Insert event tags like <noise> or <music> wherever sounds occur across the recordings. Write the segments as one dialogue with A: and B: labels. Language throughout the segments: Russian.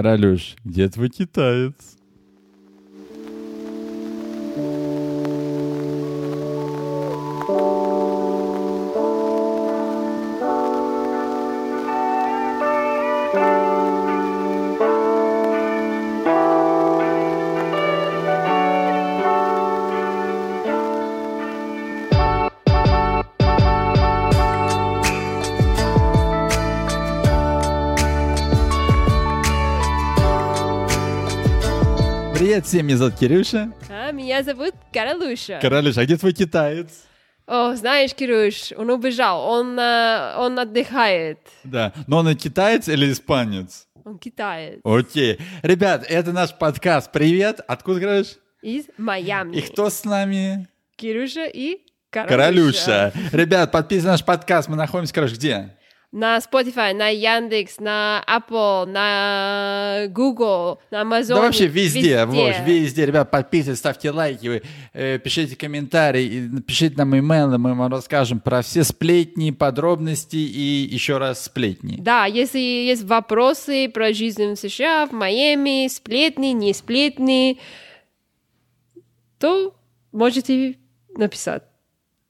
A: Королёш, где твой китаец? Привет всем, меня зовут Кирюша.
B: А, меня зовут Каралуша.
A: Королюш, а где твой китаец?
B: О, знаешь, Кирюш, он убежал, он, э, он отдыхает,
A: Да, но он и китаец или испанец?
B: он китаец.
A: Окей. Ребят, это наш подкаст. Привет. Откуда королюш?
B: Из Майами.
A: И кто с нами?
B: Кирюша и
A: Королюша.
B: Каролюша.
A: Ребят, подписывайтесь на наш подкаст. Мы находимся, короче, где?
B: На Spotify, на Яндекс, на Apple, на Google, на Amazon.
A: да вообще везде, вот, везде. Ребят, подписывайтесь, ставьте лайки, вы, э, пишите комментарии, и пишите нам имейлы, мы вам расскажем про все сплетни, подробности и еще раз сплетни.
B: Да, если есть вопросы про жизнь в США, в Майами, сплетни, не сплетни, то можете написать,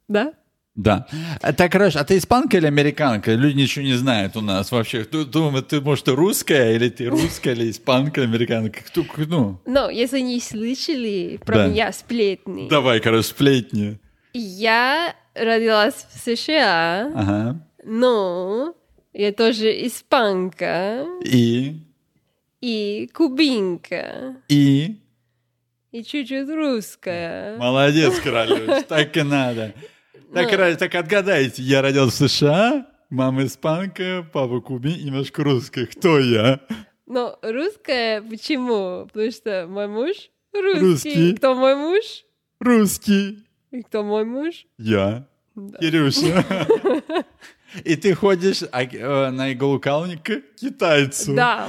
B: да?
A: Да. А, Так, короче, а ты испанка или американка? Люди ничего не знают у нас вообще. Кто думает, ты, может, ты русская, или ты русская, или испанка, американка? Кто, ну,
B: Но если не слышали про
A: Да.
B: меня сплетни,
A: давай, короче, сплетни.
B: я родилась в США,
A: Ага.
B: но я тоже испанка
A: И,
B: и кубинка,
A: и...
B: и чуть-чуть русская.
A: Молодец, королюш, так и надо. Так,
B: Ну.
A: король, так отгадайте, я родился в США, мама испанка, папа куби, немножко русская. Кто я?
B: Но русская почему? Потому что мой муж русский.
A: Русский.
B: Кто мой муж?
A: Русский.
B: И кто мой муж?
A: Я.
B: Да.
A: Кирюша. И ты ходишь а, э, на иголкалник к китайцу. <laughs>
B: Да.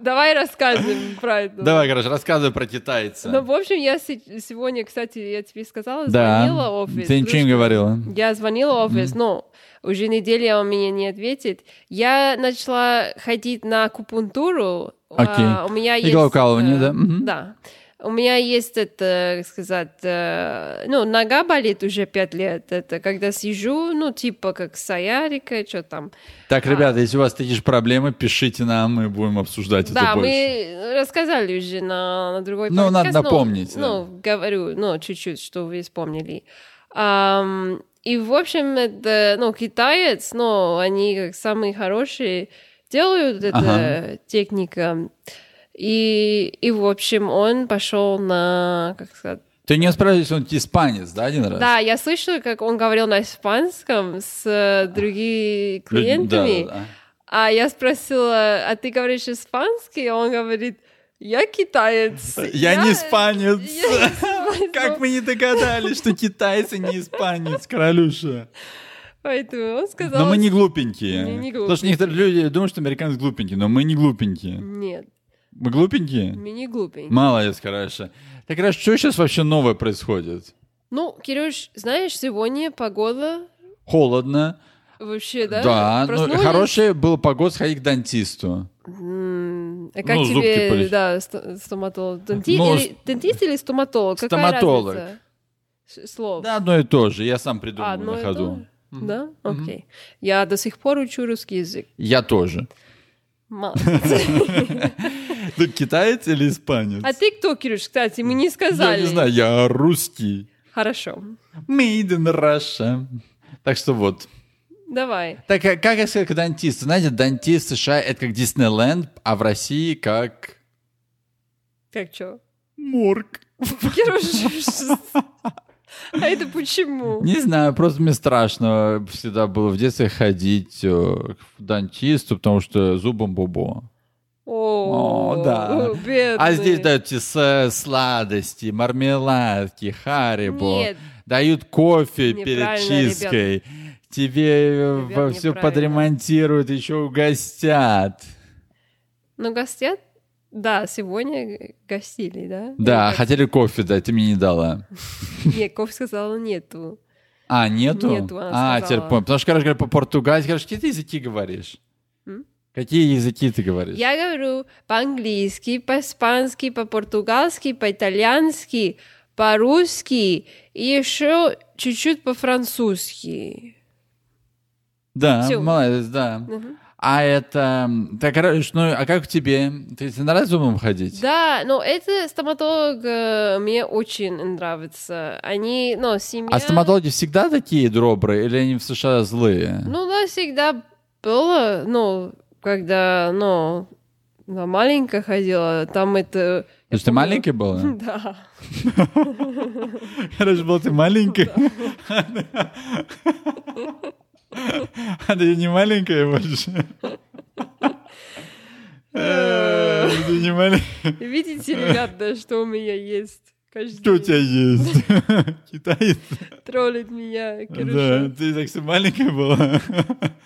B: Давай рассказываем про это.
A: Давай, короче, рассказывай про китайца.
B: Ну, в общем, я се- сегодня, кстати, я тебе сказала,
A: да.
B: звонила в офис.
A: Ты ничего не
B: Слушай,
A: говорила.
B: Я звонила в офис, но уже неделя он меня не ответит. Я начала ходить на акупунктуру. А,
A: Окей.
B: у меня есть...
A: Иглоукалывание,
B: э,
A: да? Мгм.
B: Да. У меня есть это, как сказать, э, ну, нога болит уже пять лет. Это когда сижу, ну, типа как саярика, что там.
A: Так,
B: А.
A: ребята, если у вас такие же проблемы, пишите нам, мы будем обсуждать
B: Да,
A: это больше.
B: мы рассказали уже на, на другой
A: Ну, надо
B: подкаст, но-
A: напомнить, да.
B: Ну, говорю, ну, чуть-чуть, что вы вспомнили. Ам, и, в общем, это, ну, китаец, но они как самые хорошие делают эту
A: Ага.
B: технику. И, и, в общем, он пошел на, как сказать,
A: Ты не спрашиваешь, он испанец, да, один раз?
B: да, я слышала, как он говорил на испанском с э, другими
A: Люди-
B: клиентами.
A: да, да, да.
B: А я спросила, а ты говоришь испанский? И он говорит, я китаец.
A: <laughs> Я не испанец.
B: <laughs> Я испанец. Ну,
A: Как мы не догадались, что китайцы не испанец, королюша.
B: Поэтому он сказал...
A: Но мы не глупенькие.
B: Ну, Не- не
A: Потому что некоторые люди думают, что американцы глупенькие, но мы не глупенькие.
B: Нет,
A: Мы глупенькие?
B: мы не глупенькие.
A: Молодец, короче. Так, короче, что сейчас вообще новое происходит?
B: Ну, Кирюш, знаешь, сегодня погода
A: Холодно.
B: вообще, да?
A: ну,
B: Проснулись?
A: хорошая была погода сходить к дантисту.
B: М, А как
A: Ну, зубки
B: тебе,
A: полечить.
B: да, ст- стоматолог? Денти-
A: Ну,
B: или- Дентист или стоматолог? Какая
A: Стоматолог.
B: разница? Ш- Слов.
A: Да, одно и то же. Я сам придумал
B: А, одно
A: на
B: и
A: ходу.
B: то же? Да? Окей. Я до сих пор учу русский язык.
A: Я тоже. <laughs>
B: Молодец.
A: Ты Ну, китаец или испанец?
B: А ты кто, Кирюш? Кстати, мы не
A: Я
B: сказали.
A: не знаю, я русский.
B: Хорошо.
A: Made in Russia. Так что вот.
B: Давай.
A: Так, а как я сказал, к дантисту? Знаете, дантист в США — это как Диснейленд, а в России как...
B: Как что?
A: Морг.
B: Кирюш, а это почему?
A: Не знаю, просто мне страшно всегда было в детстве ходить э, к дантисту, потому что зубом бобо. О,
B: О,
A: да.
B: бедный.
A: А здесь дают тебе с- сладости, мармеладки, харибо.
B: Нет.
A: Дают кофе перед
B: Неправильно, ребят.
A: чисткой. Тебе
B: Ребят,
A: все
B: неправильно.
A: подремонтируют, еще угостят.
B: Ну, гостят? Да, сегодня гостили, да?
A: Да,
B: Или как?
A: хотели кофе дать, ты мне не дала.
B: Нет, Кофе сказала нету.
A: А, нету?
B: Нету, она
A: а,
B: сказала.
A: теперь понял. Потому что, короче, говоря, по-португальски, короче, какие ты языки говоришь?
B: М?
A: Какие языки ты говоришь?
B: Я говорю по-английски, по-испански, по-португальски, по-итальянски, по-русски и еще чуть-чуть по-французски.
A: Да,
B: Всё.
A: молодец, да.
B: Мгм.
A: А это... Так, короче, ну, а как тебе? Ты, ты на разумом ходить?
B: Да, но это стоматолог э, мне очень нравится. Они, ну, семья...
A: А стоматологи всегда такие добрые или они в США злые?
B: Ну, да, всегда было, ну, когда, ну, на маленькая ходила, там это...
A: Потому что ты маленький был?
B: <laughs>
A: <laughs>
B: Да.
A: Короче, был ты маленький. <laughs> А ты не маленькая
B: <laughs>
A: больше? Э, Ты не маленькая. <laughs>
B: Видите, ребят, да, что у меня есть. Каждый
A: Что у
B: день
A: тебя есть? <laughs> Китаец?
B: троллит меня,
A: Да,
B: короче.
A: ты так все маленькая была. <laughs>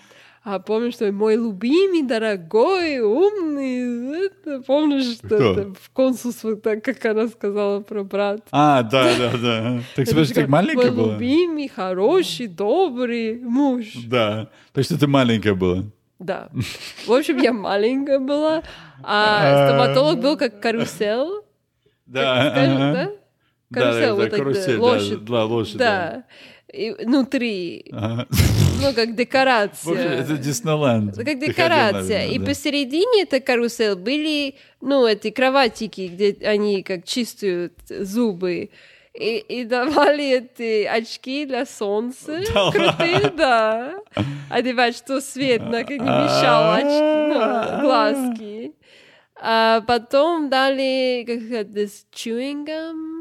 B: А помнишь, что мой любимый, дорогой, умный, это, помнишь, что
A: Кто?
B: это в консульство, так как она сказала про брат.
A: А, да, да, да. Так смотри,
B: Она
A: ты так
B: сказала,
A: маленькая
B: Мой
A: была?
B: любимый, хороший, добрый муж.
A: Да. Так что ты маленькая
B: Э,
A: была.
B: Да. В общем, я маленькая была, а
A: А.
B: стоматолог был как карусел.
A: Да.
B: скажем,
A: ага.
B: да?
A: Да,
B: Карусель,
A: да,
B: вот
A: да,
B: так, да,
A: карусель, да,
B: лошадь.
A: Да, лошадь, да.
B: Да. И внутри,
A: Ага.
B: ну,
A: <laughs>
B: как
A: В общем, Это
B: декорация.
A: Диснейленд.
B: Это Ну, как
A: Ты ходил,
B: декорация.
A: наверное,
B: И
A: да.
B: посередине этой карусель были, ну, эти кроватики, где они как чистят зубы. И, и давали эти очки для солнца.
A: <laughs> Да
B: Крутые, да. Одевать, что свет на как не мешал очки, ну, глазки. А потом дали, как это, с chewing gum.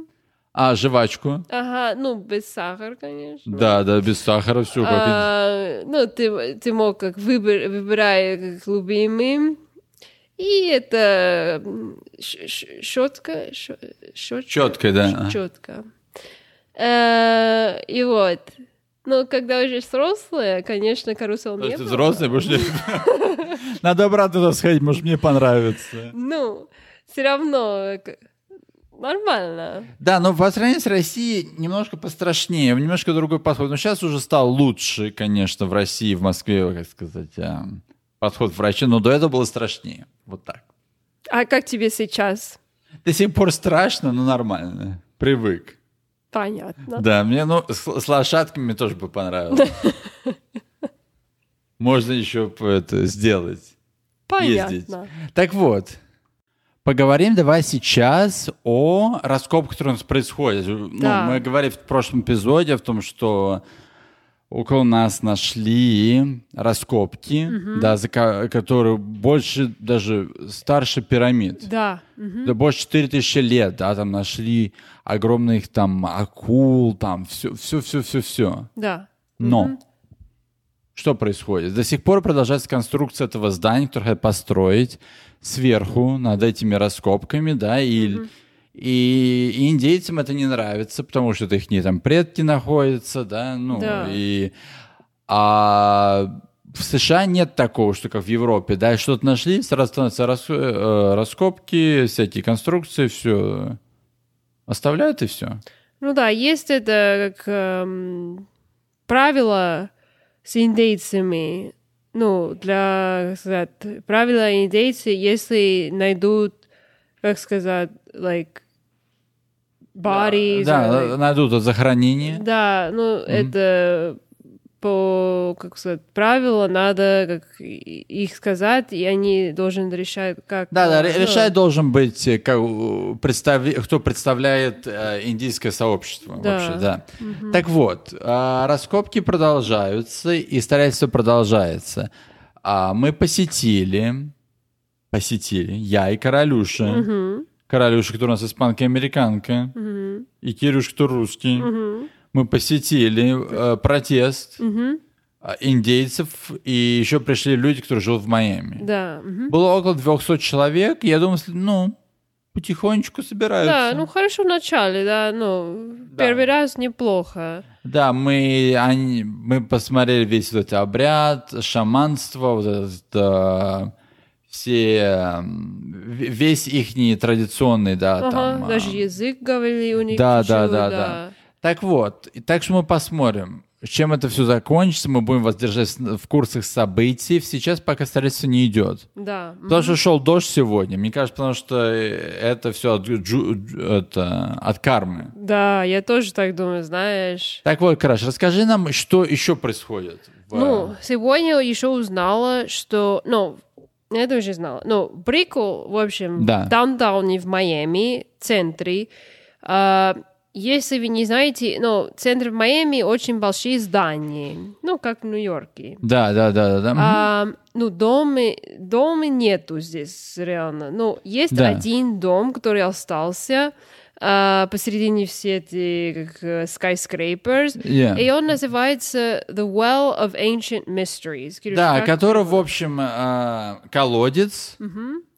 A: А, жвачку.
B: Ага, ну, без сахара, конечно.
A: Да, да, без сахара, все. как
B: А, ну, ты, ты мог как выбор, выбирая как любимый. И это м, щ- щ- щетка, щ- щетка,
A: Щетка, да.
B: щ- щетка. Э, и вот. Ну, когда уже взрослая, конечно, карусел
A: и- То
B: не
A: есть ты
B: было.
A: взрослый, будешь мне...
B: <laughs>
A: Надо обратно туда сходить, может, мне понравится.
B: Ну, все равно э, к- нормально.
A: Да, но по сравнению с Россией немножко пострашнее, немножко другой подход. Но сейчас уже стал лучше, конечно, в России, в Москве, как сказать, а, подход врача, но до этого было страшнее. Вот так.
B: А как тебе сейчас?
A: До сих пор страшно, но нормально. Привык.
B: Понятно.
A: Да, мне, ну, с, с лошадками мне тоже бы понравилось. Можно еще п- это сделать. ездить.
B: Понятно.
A: Так вот, поговорим давай сейчас о раскопках, которые у нас происходят. Ну,
B: Да.
A: мы говорили в прошлом эпизоде о том, что около нас нашли раскопки, да, за ко- которые больше, даже старше пирамид.
B: Да. Мгм.
A: Да больше 4000 лет, да, там нашли огромных там акул, там все, все, все, все, все.
B: Да.
A: Но что происходит? До сих пор продолжается конструкция этого здания, которое хотят построить сверху над этими раскопками, да, и, и, и индейцам это не нравится, потому что это их не там предки находятся, да, ну
B: Да.
A: и а в США нет такого, что как в Европе, да, что-то нашли, сразу становятся рас- э, раскопки, всякие конструкции, все оставляют и все.
B: Ну да, есть это как эм, правило с индейцами. Ну, для, как сказать, правила индейцы, если найдут, как сказать, like, bodies.
A: Да,
B: or like-
A: найдут это захоронение.
B: да, ну, это по, как сказать, правилу надо как и- их сказать, и они должны решать, как...
A: Да, да,
B: э,
A: ре-
B: ну,
A: решать должен быть, э, как, э, представи- кто представляет э, индийское сообщество
B: Да.
A: вообще, да. Так вот, а, раскопки продолжаются, и строительство продолжается. А мы посетили, посетили, я и Королюша.
B: Мгм,
A: Королюша, которая у нас испанка и американка,
B: мгм,
A: и Кирюш, кто русский.
B: мгм,
A: Мы посетили э, протест
B: мгм.
A: э, индейцев, и еще пришли люди, которые живут в Майами.
B: Да, мгм.
A: Было около 200 человек. и Я думаю, если- ну, потихонечку
B: Да,
A: собираются.
B: ну хорошо в начале, да, ну первый раз неплохо.
A: Да, мы, они, мы посмотрели весь вот этот обряд, шаманство, вот этот, э, все, э, ве- весь их традиционный, да,
B: Ага,
A: там. э,
B: даже язык говорили у них.
A: да,
B: чуть-чуть,
A: да, да, да. Так вот, и так что мы посмотрим. чем это все закончится, мы будем вас держать с- в курсах событий. Сейчас пока строительство не идет.
B: Да. м.
A: Потому что шел дождь сегодня. Мне кажется, потому что э, это все от, джу- джу- это, от кармы.
B: Да, я тоже так думаю, знаешь.
A: Так вот, Краш, расскажи нам, что еще происходит. в-
B: Ну, сегодня еще узнала, что... Ну, я это уже знала. Ну, Брику, в общем,
A: Да.
B: в даунтауне в Майами, центре, а, если вы не знаете, ну, центр в Майами очень большие здания, ну, как в Нью-Йорке.
A: Да, да, да, да. да. Мгм.
B: А, ну, дома, дома нету здесь реально. Ну, есть
A: Да.
B: один дом, который остался а, посередине все эти как, э, skyscrapers.
A: Yeah.
B: И он называется The Well of Ancient Mysteries. Кирюш,
A: Да,
B: как-
A: который, в общем, а, колодец,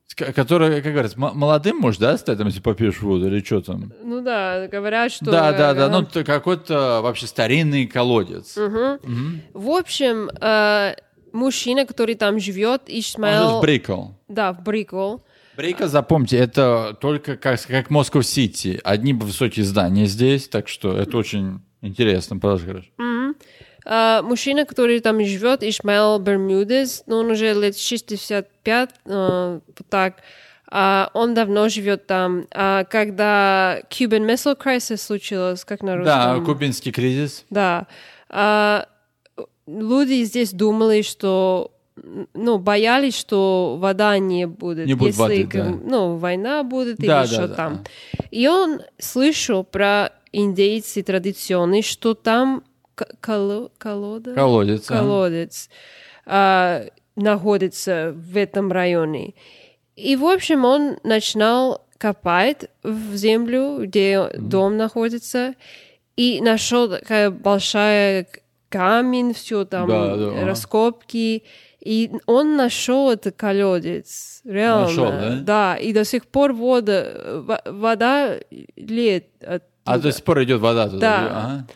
A: с ко- который, как говорится, м- молодым может, да, стать, там, если попьешь воду или что там.
B: Ну да, говорят, что...
A: Да, да, да,
B: э,
A: ну т- какой-то вообще старинный колодец.
B: мгм. В общем, э, мужчина, который там живет,
A: Он же
B: Ишмаэл...
A: Брикл.
B: Да, в Брикл.
A: Брика, запомните, это только как, как Москва-Сити. Одни высокие здания здесь, так что это очень интересно. Пожалуйста, Гриш.
B: А, мужчина, который там живет, Ишмаэл Бермюдес, но он уже лет 65, э, вот так. А, он давно живет там. А, когда Cuban Missile Crisis случилось, как на
A: Да,
B: русском?
A: кубинский кризис.
B: Да. А, люди здесь думали, что ну, боялись, что вода не будет,
A: Не будет
B: если
A: воды,
B: как-
A: да.
B: ну, война будет
A: Да, да,
B: или что
A: да.
B: там. И он слышал про индейцы традиционные, что там к- коло- колода?
A: Колодец. а.
B: колодец а, находится в этом районе. И, в общем, он начинал копать в землю, где дом находится, и нашел такая большая к- камень, все там,
A: Да, да, ага.
B: раскопки. И он нашел этот колодец, реально.
A: Нашел, да?
B: и до сих пор вода, во- вода лет
A: А до сих пор идет вода туда.
B: Да.
A: Ага.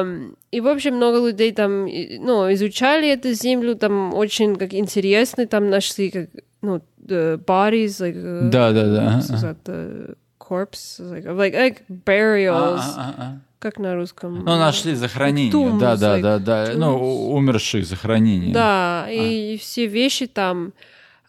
B: Ам, и вообще много людей там, и- ну, изучали эту землю, там очень как интересно, там нашли как, ну, э, bodies, like, э,
A: Да, да, да.
B: как сказать, э, corpse, like, like, like
A: А,
B: burials,
A: А-а-а-а.
B: как на русском.
A: Ну, нашли захоронение.
B: Tombs,
A: Да, да,
B: like,
A: да, да. Ну,
B: tombs.
A: у- умерших захоронение.
B: Да, и все вещи там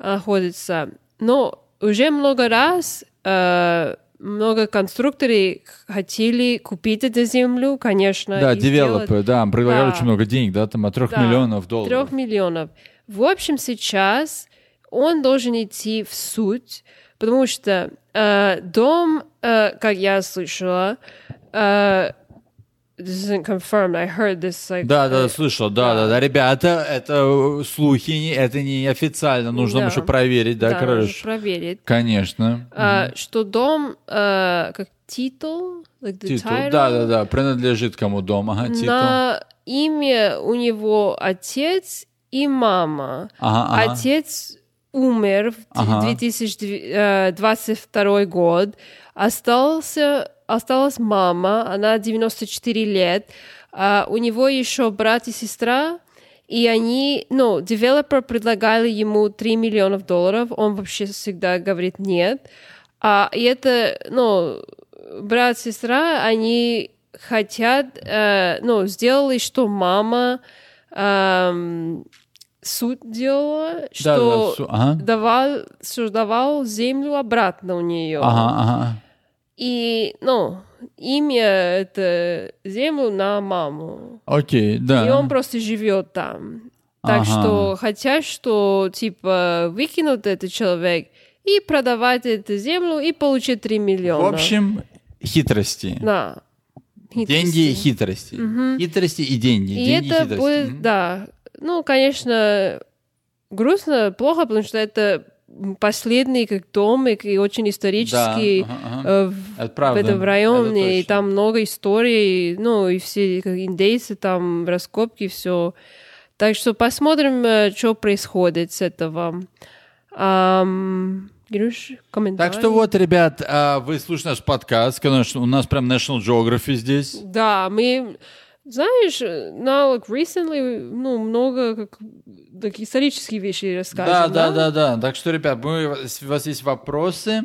B: находятся. Но уже много раз э, много конструкторы хотели купить эту землю, конечно.
A: Да,
B: и сделать.
A: девелопы, да, предлагали
B: Да.
A: очень много денег, да, там от трех
B: Да,
A: миллионов долларов.
B: трех миллионов. В общем, сейчас он должен идти в суд, потому что э, дом, э, как я слышала, э, this isn't confirmed. I heard this like. э,
A: Да, да, слышал, да, да, да. Ребята, это э, слухи, не- это не официально, нужно
B: Да.
A: еще проверить, да,
B: да, нужно
A: короче.
B: проверить.
A: Конечно.
B: Э, что дом э, как титул, like the
A: Титул,
B: title,
A: да, да, да, принадлежит кому дом, ага, титул.
B: на имя у него отец и мама.
A: Ага,
B: А
A: ага.
B: Отец умер в
A: Ага.
B: 2022 э, год. Остался, осталась мама, она 94 лет. А у него еще брат и сестра. И они, ну, девелопер предлагали ему 3 миллиона долларов, он вообще всегда говорит нет. А, и это, ну, брат, сестра, они хотят, э, ну, сделали, что мама эм, суд делала,
A: Да, да,
B: что
A: су- ага.
B: давал, что давал землю обратно у нее.
A: Ага, ага.
B: И, ну, имя это землю на маму.
A: Окей, да.
B: И он просто живет там. Так
A: Ага.
B: что хотят, что типа выкинут этот человек и продавать эту землю и получить 3 миллиона.
A: В общем, хитрости.
B: да.
A: Деньги и хитрости. Хитрости и деньги.
B: И
A: деньги и
B: это
A: хитрости.
B: будет,
A: Мгм.
B: да. Ну, конечно, грустно, плохо, потому что это последний как домик и очень исторический
A: ага, ага.
B: э, в-
A: Это
B: в
A: правда.
B: этом
A: Это
B: районе, и
A: точно.
B: там много историй, ну, и все как индейцы, там раскопки, все. Так что посмотрим, э, что происходит с этого. Ам, Грюш, комментарий?
A: Так что вот, ребят, а, вы слушаете наш подкаст, конечно, у нас прям National Geography здесь.
B: Да, мы, знаешь, на like, recently, ну, много как, так, исторические вещи
A: Да,
B: рассказывали.
A: да, да, да. Так что, ребят, мы, если у вас есть вопросы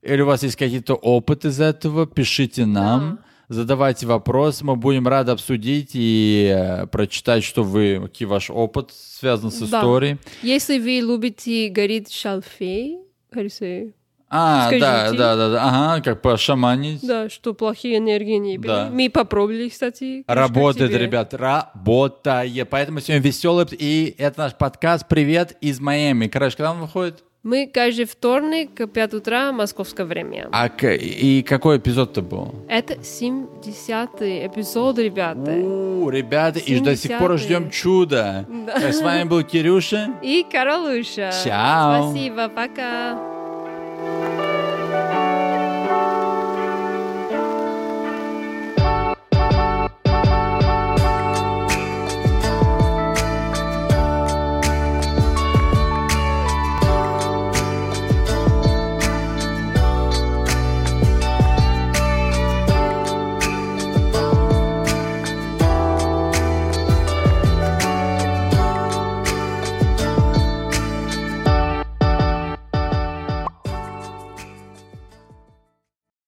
A: или у вас есть какие-то опыт из этого, пишите нам. Задавайте вопрос, мы будем рады обсудить и э, прочитать, что вы, какие ваш опыт связан с
B: Да.
A: историей.
B: Если вы любите горит шалфей, горит-
A: А, да,
B: Скажите.
A: да, да, да, ага, как пошаманить.
B: да, что плохие энергии не берут.
A: Да.
B: Мы попробовали, кстати. кружка
A: Работает,
B: тебе.
A: ребят, работает. Поэтому сегодня веселый, и это наш подкаст «Привет из Майами». Короче, когда он выходит?
B: Мы каждый вторник к 5 утра московское время.
A: А к- и какой эпизод-то был?
B: Это 70-й эпизод, ребята.
A: У, ребята, и до сих пор
B: 70-е.
A: ждем чуда. С вами был Кирюша.
B: И Каролуша.
A: Чао.
B: Спасибо, пока.